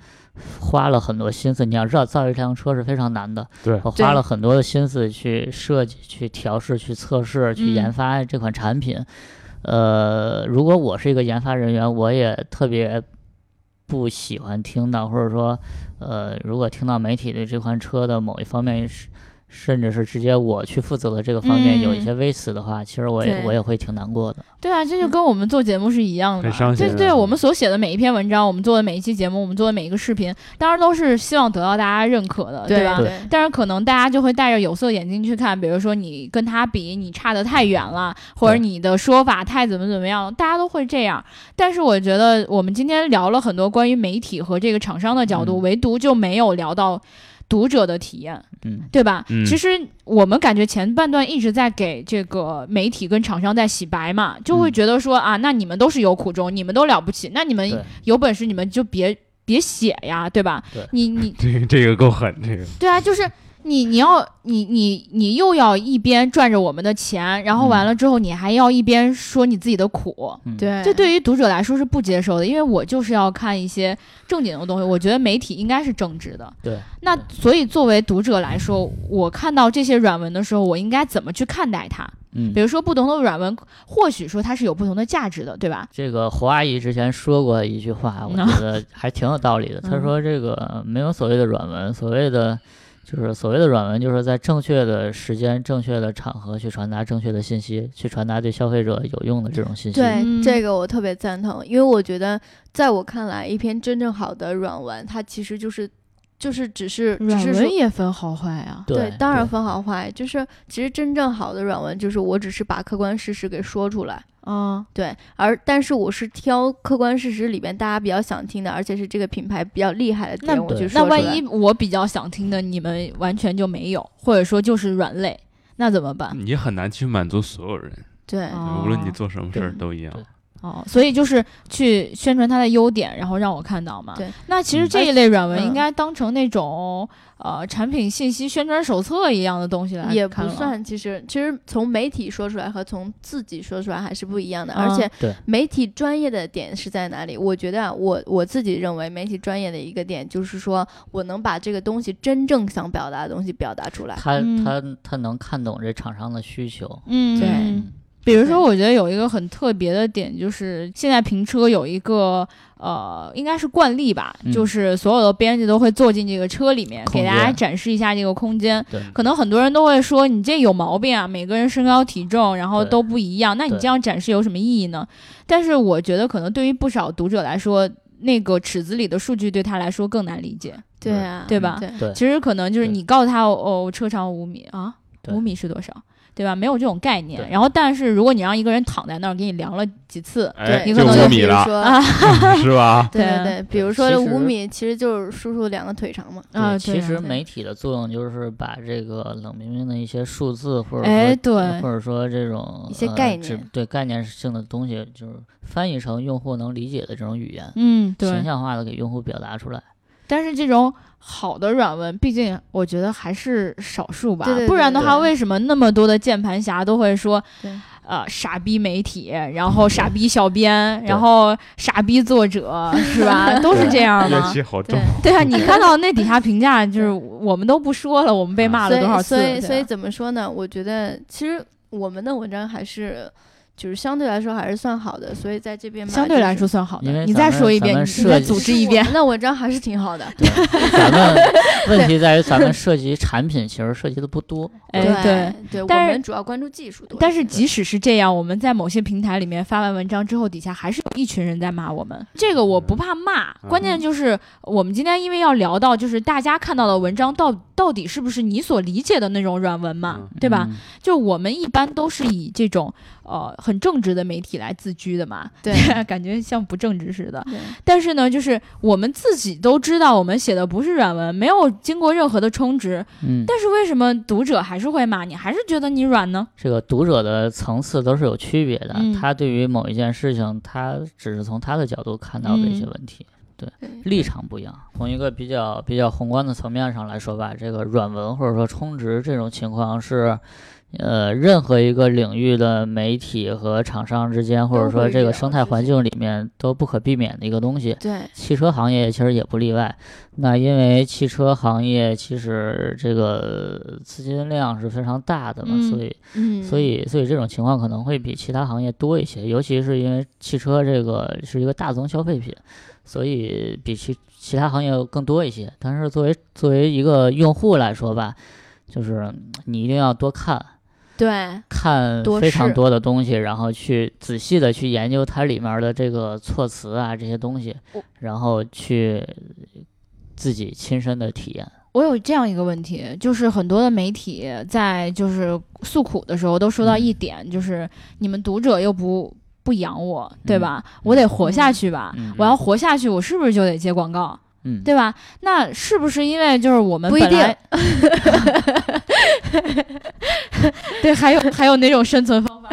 Speaker 3: 花了很多心思。你要知道，造一辆车是非常难的，
Speaker 4: 对
Speaker 3: 我花
Speaker 2: 对
Speaker 3: 了很多的心思去设计、去调试、去测试、去研
Speaker 1: 嗯
Speaker 3: 发这款产品。呃，如果我是一个研发人员，我也特别不喜欢听到，或者说，呃，如果听到媒体对这款车的某一方面是，甚至是直接我去负责的这个方面有一
Speaker 1: 嗯
Speaker 3: 些微词的话，其实我也
Speaker 2: 对
Speaker 3: 我也会挺难过的。
Speaker 1: 对啊，这就跟我们做节目是一样的啊
Speaker 4: 很伤。心
Speaker 1: 对
Speaker 4: 的
Speaker 1: 对，我们所写的每一篇文章，我们做的每一期节目，我们做的每一个视频，当然都是希望得到大家认可的，
Speaker 2: 对
Speaker 1: 吧？
Speaker 3: 嗯
Speaker 2: 对
Speaker 1: 但是可能大家就会戴着有色眼镜去看，比如说你跟他比，你差得太远了，或者
Speaker 3: 对
Speaker 1: 你的说法太怎么怎么样，大家都会这样。但是我觉得我们今天聊了很多关于媒体和这个厂商的角度，
Speaker 3: 嗯
Speaker 1: 唯独就没有聊到读者的体验。
Speaker 3: 嗯，
Speaker 1: 对吧？
Speaker 4: 嗯
Speaker 1: 其实我们感觉前半段一直在给这个媒体跟厂商在洗白嘛，就会
Speaker 3: 嗯
Speaker 1: 觉得说、啊，那你们都是有苦衷，你们都了不起，那你
Speaker 3: 对
Speaker 1: 们有本事你们就别别写呀，对吧？
Speaker 3: 对
Speaker 1: 你你
Speaker 4: 这个 这个够狠，这个
Speaker 1: 对啊，就是你你要你你你又要一边赚着我们的钱，然后
Speaker 3: 嗯
Speaker 1: 完了之后你还要一边说你自己的苦，
Speaker 3: 嗯，
Speaker 2: 对，
Speaker 1: 这对于读者来说是不接受的，因为我就是要看一些正经的东西，我觉得媒体应该是正直的。
Speaker 3: 对，
Speaker 1: 那
Speaker 3: 对
Speaker 1: 所以作为读者来说，我看到这些软文的时候，我应该怎么去看待它？
Speaker 3: 嗯
Speaker 1: 比。如说不同的软文，或许说它是有不同的价值的，对吧？
Speaker 3: 这个胡阿姨之前说过一句话，我
Speaker 1: 嗯
Speaker 3: 觉得还挺有道理的。她
Speaker 1: 嗯
Speaker 3: 说：“这个没有所谓的软文，所谓的就是所谓的软文，就是在正确的时间、正确的场合去传达正确的信息，去传达对消费者有用的这种信息。”
Speaker 2: 对、
Speaker 1: 嗯
Speaker 2: 这个我特别赞同，因为我觉得在我看来，一篇真正好的软文，它其实就是就是只是只是说。
Speaker 1: 也分好坏啊。
Speaker 2: 对
Speaker 3: 对，，
Speaker 2: 当然
Speaker 3: 对
Speaker 2: 分好坏，就是其实真正好的软文，就是我只是把客观事实给说出来，
Speaker 1: 嗯，
Speaker 2: 对，而但是我是挑客观事实里边大家比较想听的，而且是这个品牌比较厉害的
Speaker 1: 那
Speaker 2: 点，我去
Speaker 3: 对
Speaker 2: 说
Speaker 1: 那
Speaker 2: 出来。
Speaker 1: 万一我比较想听的，你们完全就没有，或者说就是软肋，那怎么办？
Speaker 2: 啊
Speaker 4: 你很难去满足所有人，
Speaker 2: 嗯对
Speaker 1: 哦
Speaker 4: 无论你做什么事儿都一样
Speaker 3: 对。
Speaker 1: 哦，所以就是去宣传它的优点，然后让我看到嘛。
Speaker 2: 对，
Speaker 1: 那其实
Speaker 3: 嗯
Speaker 1: 这一类软文
Speaker 2: 嗯
Speaker 1: 应该当成那种、呃产品信息宣传手册一样的东西来
Speaker 2: 也
Speaker 1: 看
Speaker 2: 不
Speaker 1: 了。啊
Speaker 2: 算，其实其实从媒体说出来和从自己说出来还是不一样的，
Speaker 1: 嗯
Speaker 2: 而且
Speaker 3: 对
Speaker 2: 媒体专业的点是在哪里？我觉得啊，我我自己认为媒体专业的一个点就是说我能把这个东西真正想表达的东西表达出来。
Speaker 3: 他
Speaker 1: 嗯
Speaker 3: 他他能看懂这厂商的需求。
Speaker 1: 嗯，
Speaker 2: 对
Speaker 1: 嗯比如说，我觉得有一个很特别的点，就是现在评车有一个呃，应该是惯例吧，
Speaker 3: 嗯
Speaker 1: 就是所有的编辑都会坐进这个车里面，
Speaker 3: 空
Speaker 1: 给
Speaker 3: 间
Speaker 1: 大家展示一下这个空间。
Speaker 3: 对
Speaker 1: 可能很多人都会说你这有毛病啊，每个人身高体重然后
Speaker 3: 对
Speaker 1: 都不一样，那你
Speaker 3: 对
Speaker 1: 这样展示有什么意义呢？但是我觉得，可能对于不少读者来说，那个尺子里的数据对他来说更难理解。
Speaker 2: 对啊，
Speaker 1: 对吧
Speaker 2: 对，
Speaker 3: 对
Speaker 1: 其实可能就是
Speaker 3: 对
Speaker 1: 你告诉他哦，车长五米啊，
Speaker 3: 对
Speaker 1: 五米是多少，对吧？没有这种概念。
Speaker 3: 对
Speaker 1: 然后，但是如果你让一个人躺在那儿给你量了几次，
Speaker 4: 哎，
Speaker 1: 你
Speaker 4: 就
Speaker 1: 可能
Speaker 4: 五
Speaker 1: 就
Speaker 4: 米
Speaker 2: 比如
Speaker 4: 了，
Speaker 2: 说
Speaker 1: 啊
Speaker 4: 是吧？
Speaker 2: 对对
Speaker 1: 对
Speaker 2: 对，比如
Speaker 3: 其
Speaker 2: 说
Speaker 3: 实
Speaker 2: 五米其实就是叔叔两个腿长嘛。
Speaker 3: 对
Speaker 1: 啊，对
Speaker 3: 其
Speaker 1: 啊
Speaker 3: 实
Speaker 1: 对
Speaker 3: 媒体的作用就是把这个冷冰冰的一些数字，或者
Speaker 1: 哎
Speaker 3: 说
Speaker 1: 对
Speaker 3: 或者说这种
Speaker 2: 一些
Speaker 3: 呃
Speaker 2: 概
Speaker 3: 指
Speaker 2: 念
Speaker 3: 对概念性的东西，就是翻译成用户能理解的这种语言，
Speaker 1: 嗯，
Speaker 3: 形
Speaker 1: 对。
Speaker 3: 象化的给用户表 达出来。
Speaker 1: 但是这种好的软文，毕竟我觉得还是少数吧。
Speaker 2: 对对对
Speaker 1: 不然的话，
Speaker 2: 对
Speaker 1: 为什么那么多的键盘侠都会说
Speaker 2: 对，
Speaker 1: 呃，傻逼媒体，然后傻逼小 编，
Speaker 3: 对
Speaker 1: 然后傻逼作者，是吧？都是这样
Speaker 4: 怨
Speaker 1: 吗？
Speaker 4: 气好重
Speaker 2: 对，
Speaker 1: 对啊，你看到那底下评价，就是我们都不说了，我们被骂了
Speaker 2: 所以
Speaker 1: 多少次？
Speaker 2: 所以
Speaker 1: 对啊
Speaker 2: 所以
Speaker 1: 吧
Speaker 2: 怎么说呢？我觉得其实我们的文章还是就是相对来说还是算好的，所以在这边嘛
Speaker 1: 相对来说，算好
Speaker 3: 因
Speaker 1: 的。
Speaker 3: 为
Speaker 1: 你
Speaker 3: 咱
Speaker 1: 再
Speaker 3: 们
Speaker 1: 说一
Speaker 3: 咱
Speaker 1: 遍，
Speaker 3: 们
Speaker 1: 你
Speaker 3: 设
Speaker 1: 再
Speaker 3: 计
Speaker 1: 组
Speaker 2: 就是
Speaker 1: 织一
Speaker 2: 我
Speaker 1: 遍。
Speaker 2: 们的文章还是挺好的。
Speaker 3: 对，咱 们问题在于咱们涉及产品，其实涉及的不多。
Speaker 1: 哎，对
Speaker 2: 对。对，我
Speaker 1: 但是
Speaker 2: 们主要关注技术多一些。
Speaker 1: 但是即使是这样，我们在某些平台里面发完文章之后，底下还是有一群人在骂我们。这个我不怕骂，
Speaker 4: 嗯
Speaker 1: 关键就是我们今天因为要聊到，就是大家看到的文章到到底是不是你所理解的那种软文嘛，对吧？
Speaker 3: 嗯？
Speaker 1: 就我们一般都是以这种呃很正直的媒体来自居的嘛，
Speaker 2: 对
Speaker 1: 感觉像不正直似的。
Speaker 2: 对
Speaker 1: 但是呢，就是我们自己都知道，我们写的不是软文，没有经过任何的充值，
Speaker 3: 嗯，
Speaker 1: 但是为什么读者还是会骂你，还是觉得你软呢？
Speaker 3: 这个读者的层次都是有区别的。
Speaker 1: 嗯
Speaker 3: 他对于某一件事情，他只是从他的角度看到的一些
Speaker 1: 嗯
Speaker 3: 问题，
Speaker 2: 对
Speaker 3: 立场不一样。从一个比较比较宏观的层面上来说吧，这个软文或者说充值这种情况是。呃，任何一个领域的媒体和厂商之间，或者说这个生态环境里面都不可避免的一个东西。
Speaker 2: 对
Speaker 3: 汽车行业其实也不例外。那因为汽车行业其实这个资金量是非常大的嘛，
Speaker 1: 嗯
Speaker 3: 所以
Speaker 2: 嗯，
Speaker 3: 所以所以这种情况可能会比其他行业多一些，尤其是因为汽车这个是一个大宗消费品，所以比其其他行业更多一些。但是作为作为一个用户来说吧，就是你一定要多看。
Speaker 2: 对
Speaker 3: 看
Speaker 2: 多
Speaker 3: 非
Speaker 2: 试
Speaker 3: 常多的东西，然后去仔细的去研究它里面的这个措辞啊这些东西
Speaker 2: 我，
Speaker 3: 然后去自己亲身的体
Speaker 2: 啊
Speaker 3: 验。
Speaker 1: 我有这样一个问题，就是很多的媒体在就是诉苦的时候都说到一点，就是你们读者又不不养我，对吧？我得活下去吧。
Speaker 3: 嗯
Speaker 1: 我要活下去，我是不是就得接广告，
Speaker 3: 嗯，
Speaker 1: 对吧？那是不是因为就是我们
Speaker 2: 不一
Speaker 1: 本来
Speaker 2: 定
Speaker 1: 对，还有还有哪种生存 方法？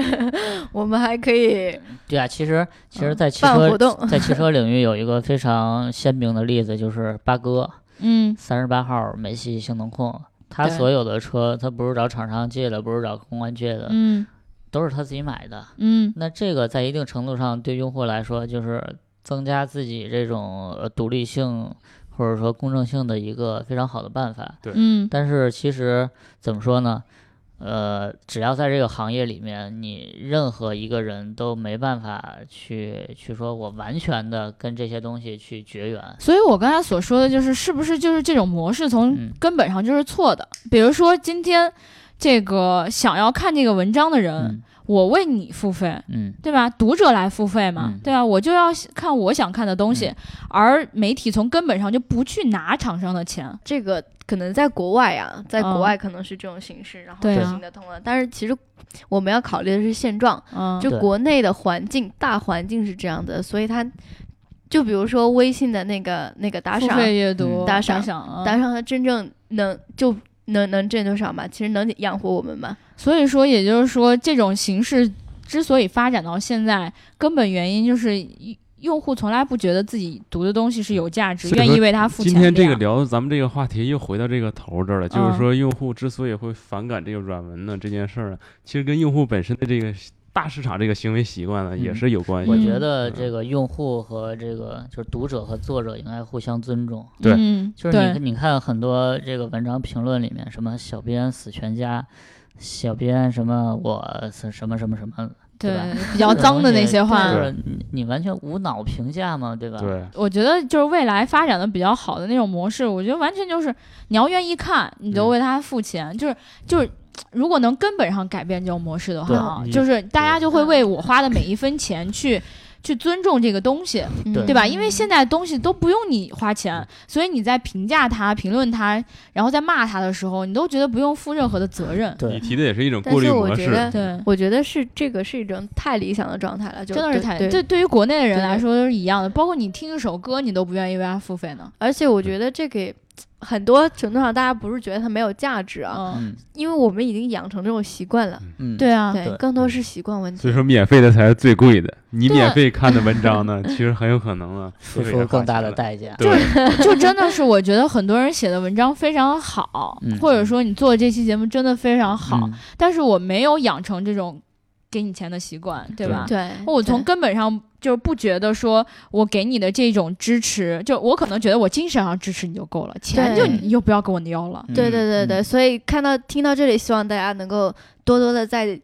Speaker 2: 我们还可以
Speaker 3: 对啊，其实其实，
Speaker 2: 嗯
Speaker 3: 在汽
Speaker 2: 办
Speaker 3: 车
Speaker 2: 活动。
Speaker 3: 在汽车领域有一个非常鲜明的例子，就是八哥
Speaker 1: 嗯
Speaker 3: 三十八号美系性能控，他
Speaker 1: 对
Speaker 3: 所有的车，他不是找厂商借的，不是找公关借的，
Speaker 1: 嗯
Speaker 3: 都是他自己买的。
Speaker 1: 嗯
Speaker 3: 那这个在一定程度上对用户来说，就是增加自己这种呃独立性或者说公正性的一个非常好的办法。
Speaker 1: 嗯
Speaker 3: 但是其实怎么说呢？呃，只要在这个行业里面，你任何一个人都没办法去去说我完全的跟这些东西去绝缘。
Speaker 1: 所以我刚才所说的就是，是不是就是这种模式从
Speaker 3: 嗯
Speaker 1: 根本上就是错的？比如说今天这个想要看这个文章的人，
Speaker 3: 嗯
Speaker 1: 我为你付费，
Speaker 3: 嗯，
Speaker 1: 对吧？读者来付费嘛，
Speaker 3: 嗯
Speaker 1: 对吧？我就要看我想看的东西，
Speaker 3: 嗯
Speaker 1: 而媒体从根本上就不去拿厂商的钱。
Speaker 2: 这个可能在国外啊，在
Speaker 1: 嗯
Speaker 2: 国外可能是这种形式，然后
Speaker 1: 对
Speaker 2: 就
Speaker 1: 啊
Speaker 2: 行得通了。但是其实我们要考虑的是现状，
Speaker 1: 嗯，
Speaker 2: 就
Speaker 3: 对
Speaker 2: 国内的环境大环境是这样的，所以它就比如说微信的那个那个打
Speaker 1: 付
Speaker 2: 赏，
Speaker 1: 费阅读、
Speaker 3: 嗯
Speaker 1: 打
Speaker 2: 打
Speaker 1: 赏、
Speaker 2: 赏打赏它真正能就能能挣多少嘛？其实能养活我们嘛？
Speaker 1: 所以说，也就是说，这种形式之所以发展到现在，根本原因就是一用户从来不觉得自己读的东西是有价值，
Speaker 4: 所以
Speaker 1: 愿
Speaker 4: 说
Speaker 1: 意为它付钱
Speaker 4: 今
Speaker 1: 的呀。
Speaker 4: 天这个聊的，咱们这个话题又回到这个头儿这儿了，就
Speaker 1: 嗯
Speaker 4: 是说用户之所以会反感这个软文呢这件事儿啊，其实跟用户本身的这个大市场这个行为习惯呢也
Speaker 3: 嗯
Speaker 4: 是有关系
Speaker 3: 我
Speaker 4: 的。
Speaker 3: 觉
Speaker 1: 嗯
Speaker 3: 得
Speaker 4: 嗯
Speaker 3: 这个用户和这个就是读者和作者应该互相尊重。
Speaker 4: 对
Speaker 1: 嗯，
Speaker 3: 就是
Speaker 1: 对
Speaker 3: 你你看很多这个文章评论里面，什么小编死全家，小编什么我什什么什么什么，对吧
Speaker 1: 比较脏的那些话
Speaker 3: 就
Speaker 4: 对。
Speaker 3: 是你你完全无脑评价嘛，对吧？
Speaker 4: 对，
Speaker 1: 我觉得就是未来发展的比较好的那种模式，我觉得完全就是你要愿意看，你就
Speaker 4: 嗯
Speaker 1: 为它付钱，就是就是。如果能根本上改变这种模式的话
Speaker 3: 对
Speaker 1: 啊，
Speaker 4: 你
Speaker 1: 就是大家就会
Speaker 2: 嗯
Speaker 1: 为我花的每一分钱去去尊重这个东西，
Speaker 2: 嗯
Speaker 3: 对
Speaker 1: 对吧？因为现在东西都不用你花钱，所以你在评价它、评论它，然后在骂它的时候，你都觉得不用负任何的责任。
Speaker 4: 你
Speaker 3: 对，
Speaker 4: 提的也是一种
Speaker 2: 但
Speaker 4: 过滤
Speaker 2: 是我
Speaker 4: 模
Speaker 2: 觉
Speaker 4: 式。
Speaker 2: 得
Speaker 1: 对，
Speaker 2: 我觉得是这个是一种太理想的状态了，就
Speaker 1: 真的是太
Speaker 2: 对
Speaker 1: 对，对于国内的人
Speaker 2: 对
Speaker 1: 来说都是一样的，包括你听一首歌，你都不愿意为它付费呢。
Speaker 2: 而且我觉得这给很多程度上，大家不是觉得它没有价值啊，
Speaker 1: 嗯，
Speaker 3: 嗯
Speaker 2: 因为我们已经养成这种习惯了。
Speaker 3: 嗯，
Speaker 1: 对啊，
Speaker 2: 对，
Speaker 3: 对
Speaker 2: 更多是习惯问题
Speaker 4: 所以。说，免费的才是最贵的。你
Speaker 1: 对
Speaker 4: 免费看的文 章呢，其实很有可能啊，
Speaker 3: 付
Speaker 4: 付费
Speaker 3: 出
Speaker 4: 还花
Speaker 3: 更大
Speaker 4: 钱
Speaker 3: 的
Speaker 4: 了
Speaker 3: 代价。
Speaker 4: 对，
Speaker 1: 就真的是我觉得很多人写的文章非常好，
Speaker 3: 嗯
Speaker 1: 或者说你做这期节目真的非常好，
Speaker 3: 嗯，
Speaker 1: 但是我没有养成这种给你钱的习惯，对吧？
Speaker 2: 对，
Speaker 1: 我从
Speaker 2: 对
Speaker 1: 根本上就是不觉得说我给你的这种支持，就我可能觉得我精神上支持你就够了，钱就
Speaker 2: 对
Speaker 1: 你又不要跟我要了。
Speaker 2: 对对对
Speaker 3: 嗯
Speaker 2: 对，，所以看到听到这里，希望大家能够多多的在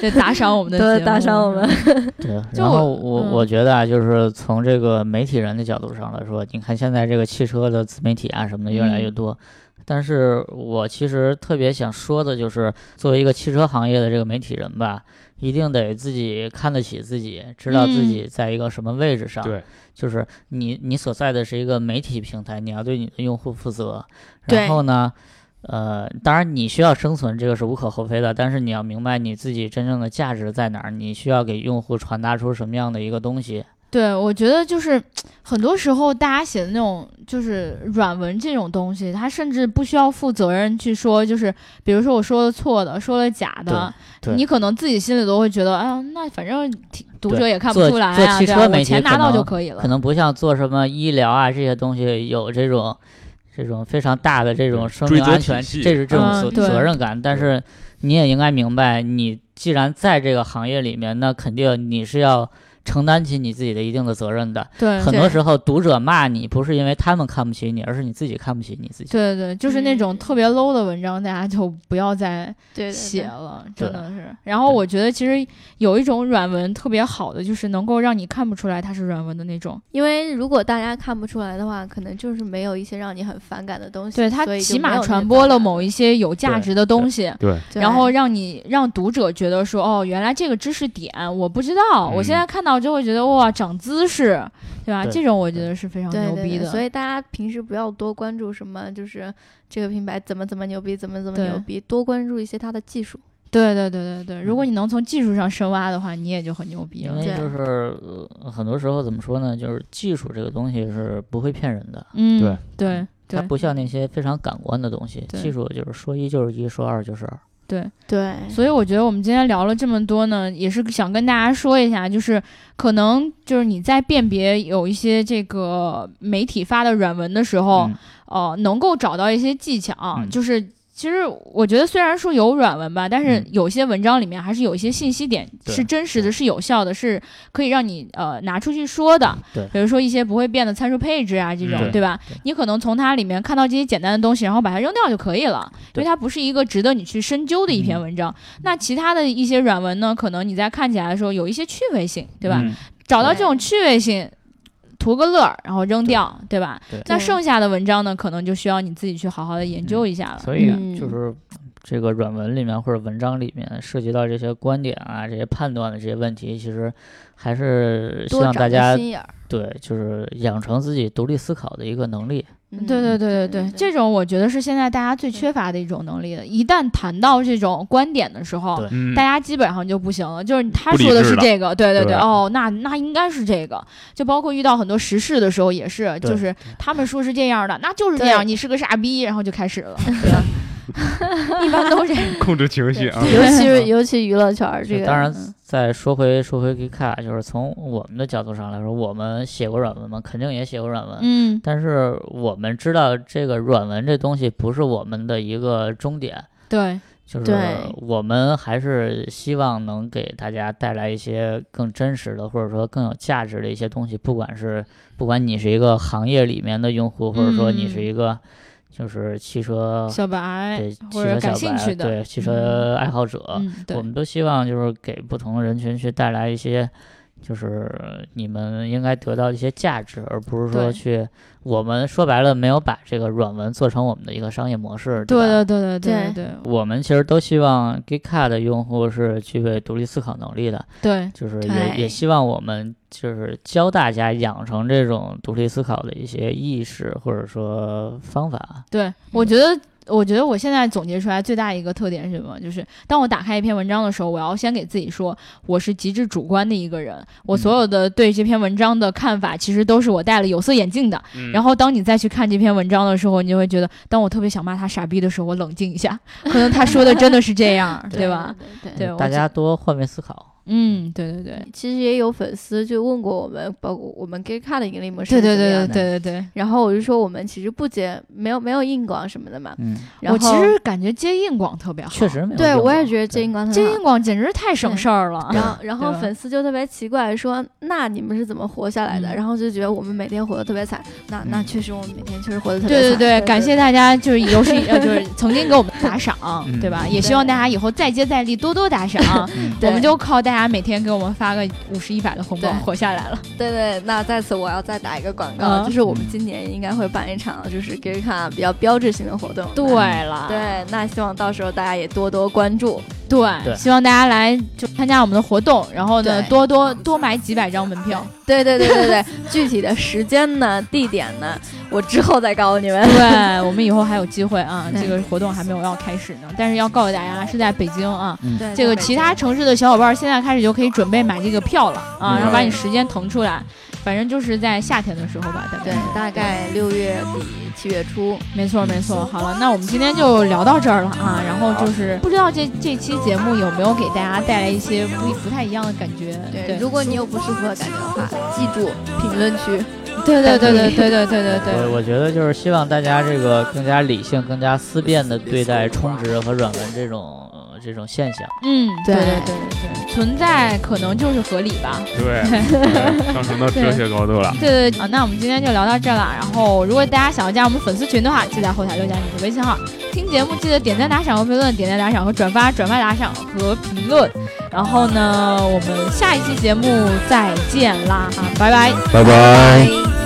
Speaker 1: 对，打赏我们的
Speaker 2: 多
Speaker 1: 节
Speaker 2: 多
Speaker 1: 目，
Speaker 2: 打赏我们。
Speaker 3: 对，
Speaker 1: 就
Speaker 3: 然
Speaker 1: 我
Speaker 3: 后我
Speaker 1: 嗯
Speaker 3: 我觉得啊，就是从这个媒体人的角度上来说，你看现在这个汽车的自媒体啊什么的越来越
Speaker 1: 嗯
Speaker 3: 多，但是我其实特别想说的就是，作为一个汽车行业的这个媒体人吧，一定得自己看得起自己，知道自
Speaker 1: 嗯
Speaker 3: 己在一个什么位置上。
Speaker 4: 对，
Speaker 3: 就是你你所在的是一个媒体平台，你要对你的用户负责。
Speaker 2: 对
Speaker 3: 然后呢，呃，当然你需要生存，这个是无可厚非的，但是你要明白你自己真正的价值在哪儿，你需要给用户传达出什么样的一个东西。
Speaker 1: 对，我觉得就是很多时候大家写的那种就是软文这种东西，他甚至不需要负责任去说，就是比如说我说了错的，说了假的，
Speaker 3: 对对
Speaker 1: 你可能自己心里都会觉得，哎呀，那反正听读者也看不
Speaker 3: 做
Speaker 1: 出来
Speaker 3: 做
Speaker 1: 啊，
Speaker 3: 汽
Speaker 1: 对
Speaker 3: 车
Speaker 1: 啊，我
Speaker 3: 媒体
Speaker 1: 钱拿
Speaker 3: 可
Speaker 1: 到就
Speaker 3: 能
Speaker 1: 可以了，
Speaker 3: 可能不像做什么医疗啊这些东西有这种这种非常大的这种
Speaker 4: 对
Speaker 3: 生
Speaker 4: 追
Speaker 3: 命
Speaker 4: 责
Speaker 3: 安
Speaker 4: 体
Speaker 3: 全，
Speaker 4: 系
Speaker 3: 这是这种
Speaker 1: 嗯
Speaker 3: 责
Speaker 1: 对
Speaker 3: 责任感。但是你也应该明白，你既然在这个行业里面，那肯定你是要承担起你自己的一定的责任的。
Speaker 1: 对。嗯
Speaker 3: 很
Speaker 1: 对
Speaker 3: 多时候，读者骂你不是因为他们看不起你，而是你自己看不起你自己。
Speaker 1: 对对，就是那种
Speaker 2: 嗯
Speaker 1: 特别 low 的文章，大家就不要再
Speaker 2: 对
Speaker 1: 写
Speaker 2: 对
Speaker 1: 了，
Speaker 3: 对
Speaker 1: 真的是。然后我觉得其实有一种软文特别好的，就是能够让你看不出来它是软文的那种。
Speaker 2: 因为如果大家看不出来的话，可能就是没有一些让你很反感的东西。
Speaker 1: 对，它
Speaker 2: 所以就
Speaker 1: 起
Speaker 2: 没
Speaker 1: 码
Speaker 2: 有那
Speaker 1: 传
Speaker 2: 个
Speaker 1: 播
Speaker 2: 反
Speaker 1: 了
Speaker 2: 感
Speaker 1: 某一些有价
Speaker 3: 对
Speaker 1: 值的东西，
Speaker 4: 对，
Speaker 2: 对
Speaker 1: 然后让你让读者觉得说，哦，原来这个知识点我不知道，我现
Speaker 4: 嗯
Speaker 1: 在看到就会觉得哇，长知识，对吧？
Speaker 3: 对
Speaker 1: 这种我觉得是非常
Speaker 2: 对
Speaker 1: 牛
Speaker 2: 对
Speaker 1: 逼
Speaker 2: 对
Speaker 1: 的。
Speaker 2: 所以大家平时不要多关注什么，就是这个品牌怎么怎么牛逼，怎么怎么
Speaker 1: 对
Speaker 2: 牛逼，多关注一些它的技术。
Speaker 1: 对对对对对，如果你能从技术上深挖的话，你也就很牛逼
Speaker 3: 嗯因
Speaker 1: 了
Speaker 3: 为。
Speaker 2: 对
Speaker 3: 就是、呃很多时候怎么说呢，就是技术这个东西是不会骗人的，
Speaker 1: 嗯，
Speaker 4: 对
Speaker 1: 对
Speaker 3: 它
Speaker 1: 对
Speaker 3: 不像那些非常感官的东西。
Speaker 1: 对
Speaker 3: 技术就是说一就是一，说二就是二。
Speaker 1: 对，
Speaker 2: 对，
Speaker 1: 所以我觉得我们今天聊了这么多呢，也是想跟大家说一下，就是可能就是你在辨别有一些这个媒体发的软文的时候，
Speaker 3: 嗯
Speaker 1: 呃，能够找到一些技巧，
Speaker 3: 嗯
Speaker 1: 就是其实我觉得虽然说有软文吧，但是
Speaker 3: 嗯
Speaker 1: 有些文章里面还是有一些信息点
Speaker 3: 对
Speaker 1: 是真实的，是有效的，是可以让你呃拿出去说的。
Speaker 3: 嗯对
Speaker 1: 比如说一些不会变的参数配置啊这种，
Speaker 4: 嗯
Speaker 1: 对吧
Speaker 3: 对
Speaker 1: 你可能从它里面看到这些简单的东西，然后把它扔掉就可以了，因
Speaker 3: 对
Speaker 1: 为它不是一个值得你去深究的一篇
Speaker 3: 嗯
Speaker 1: 文章。那其他的一些软文呢，可能你在看起来的时候有一些趣味性，对吧？
Speaker 3: 嗯
Speaker 1: 找到这
Speaker 2: 对
Speaker 1: 种趣味性，图个乐儿，然后扔掉，对吧？
Speaker 3: 对
Speaker 1: 那
Speaker 2: 对
Speaker 1: 剩下的文章呢，可能就需要你自己去好好的研究一下了。
Speaker 3: 所以啊
Speaker 2: 嗯
Speaker 3: 就是这个软文里面或者文章里面涉及到这些观点啊、这些判断的这些问题，其实还是希
Speaker 2: 多
Speaker 3: 望
Speaker 2: 长
Speaker 3: 大
Speaker 2: 个
Speaker 3: 家
Speaker 2: 心眼儿。
Speaker 3: 对就是养成自己独立思考的一个能力。
Speaker 2: 嗯
Speaker 1: 对对对对对，这种我觉得是现在大家最缺乏的一种能力了。一旦谈到这种观点的时候
Speaker 3: 对，
Speaker 4: 嗯
Speaker 1: 大，家基本上就不行了，就是他
Speaker 4: 不理
Speaker 1: 说的
Speaker 4: 智
Speaker 1: 是
Speaker 4: 了
Speaker 1: 这个，对对
Speaker 4: 对
Speaker 1: 对，哦，那那应该是这个。就包括遇到很多时事的时候也是，
Speaker 3: 对
Speaker 1: 就是他们说是这样的，那就是这
Speaker 2: 对
Speaker 1: 样，你是个傻逼，然后就开始了，对吧？ 一般都是这样。
Speaker 4: 控制情绪啊。
Speaker 2: 尤其是尤其娱乐圈儿这
Speaker 3: 就
Speaker 2: 个，
Speaker 3: 嗯当然
Speaker 2: 嗯，
Speaker 3: 再说回说回 g 卡，就是从我们的角度上来说，我们写过软文嘛，肯定也写过软文，
Speaker 1: 嗯
Speaker 3: 但是我们知道这个软文这东西不是我们的一个终点，
Speaker 1: 对，
Speaker 3: 就是
Speaker 2: 对
Speaker 3: 我们还是希望能给大家带来一些更真实的，或者说更有价值的一些东西。不管是不管你是一个行业里面的用户，或者说你是一个就是汽车
Speaker 1: 嗯小白
Speaker 3: 呃对
Speaker 1: 或
Speaker 3: 汽
Speaker 1: 者感
Speaker 3: 车小
Speaker 1: 兴趣
Speaker 3: 白
Speaker 1: 的，
Speaker 3: 对汽车爱好者，
Speaker 1: 嗯，对
Speaker 3: 我，们都希望就是给不同人群去带来一些，就是你们应该得到一些价值，而不是
Speaker 1: 对
Speaker 3: 说去我们说白了没有把这个软文做成我们的一个商业模式。
Speaker 1: 对
Speaker 3: 吧
Speaker 1: 对对对对
Speaker 2: 对
Speaker 1: 对
Speaker 3: 我们其实都希望 Geekcard 的用户是具备独立思考能力的，
Speaker 1: 对，
Speaker 3: 就是
Speaker 2: 对
Speaker 3: 也也希望我们就是教大家养成这种独立思考的一些意识或者说方法。
Speaker 1: 对，我觉得，我觉得我现在总结出来最大一个特点是什么？就是当我打开一篇文章的时候，我要先给自己说，我是极致主观的一个人，我所有的对这篇文章的看法，其实都是我戴了有色眼镜的。然
Speaker 4: 后
Speaker 1: 后当你再去看这篇文章的时候，你就会觉得，当我特别想骂他傻逼的时候，我冷静一下，可能他说的真的是这样，对吧？？
Speaker 2: 对
Speaker 1: 对我
Speaker 3: 大
Speaker 1: 觉
Speaker 3: 家多换位思考。
Speaker 1: 嗯，对对对，
Speaker 2: 其实也有粉丝就问过我们，包括我们 gay 卡的盈利模式
Speaker 1: 对对
Speaker 2: 是怎
Speaker 1: 对
Speaker 2: 么样
Speaker 1: 对对
Speaker 2: 的。
Speaker 1: 对对。
Speaker 2: 然后我就说我们其实不接，没有没有硬广什么的嘛。
Speaker 3: 嗯，
Speaker 2: 然后
Speaker 1: 我其实感觉接硬广特别好，
Speaker 3: 确实没有
Speaker 2: 对
Speaker 3: 用
Speaker 2: 我也
Speaker 3: 过
Speaker 2: 觉得接
Speaker 3: 对
Speaker 2: 硬广很
Speaker 1: 接
Speaker 2: 好
Speaker 1: 硬。广简直是太省
Speaker 2: 嗯对
Speaker 1: 事儿了。
Speaker 2: 然后，然后
Speaker 1: 对吧
Speaker 2: 粉丝就特别奇怪，说：“那你们是怎么活下来的？”
Speaker 1: 嗯
Speaker 2: 然后就觉得我们每天活得特别惨。那那确实，我们每天确实活得特别
Speaker 1: 对
Speaker 2: 惨。
Speaker 1: 对对，感谢大家，就是有是呃，就是曾经给我们打赏，
Speaker 3: 嗯
Speaker 1: 对吧？也希望大家以后再接再厉，多多打赏。
Speaker 2: 对
Speaker 1: 我们就靠大家每天给我们发个五十一百的红包
Speaker 2: 对
Speaker 1: 活下来了。
Speaker 2: 对对，那在此我要再打一个广
Speaker 1: 嗯
Speaker 2: 告，就是我们今年应该会办一场就是 g a 卡比较标志性的活动。
Speaker 1: 对了，
Speaker 2: 对，那希望到时候大家也多多关注。
Speaker 1: 对
Speaker 3: 对
Speaker 1: 希望大家来就参加我们的活动，然后呢，
Speaker 2: 对
Speaker 1: 多多多买几百张门票。
Speaker 2: 对对对对对， 具体的时间呢、地点呢，我之后再告诉你们。
Speaker 1: 对我们以后还有机会啊，
Speaker 2: 对
Speaker 1: 这个活动还没有要开始呢，但是要告诉大家是在北京啊。
Speaker 3: 嗯
Speaker 2: 对
Speaker 1: 这个其他城市的小伙伴儿现在开始就可以准备买这个票了啊，
Speaker 3: 嗯
Speaker 1: 然后把你时间腾出来，反正就是在夏天的时候吧，大
Speaker 2: 对
Speaker 1: 概。，
Speaker 2: 大概六月底七月初，
Speaker 1: 没错没错。好了，那我们今天就聊到这儿了啊，然后就是不知道这这期节目有没有给大家带来一些不不太一样的感觉？对
Speaker 2: 如果你有不舒服的感觉的话，记住评论区。
Speaker 1: 对对对对对对对对对
Speaker 3: 我我觉得就是希望大家这个更加理性、更加思辨的对待充值和软文这种、呃这种现象。
Speaker 1: 嗯，对对
Speaker 2: 对
Speaker 1: 对对对，存在可能就是合理吧。
Speaker 4: 对，对上升到哲学高度了。
Speaker 1: 对对对啊，那我们今天就聊到这儿了。然后，如果大家想要加我们粉丝群的话，记得在后台留下你的微信号。听节目记得点赞打赏和评论，点赞打赏和转发，转发打赏和评论。然后呢，我们下一期节目再见啦！啊，拜拜。
Speaker 4: 拜拜。
Speaker 2: 拜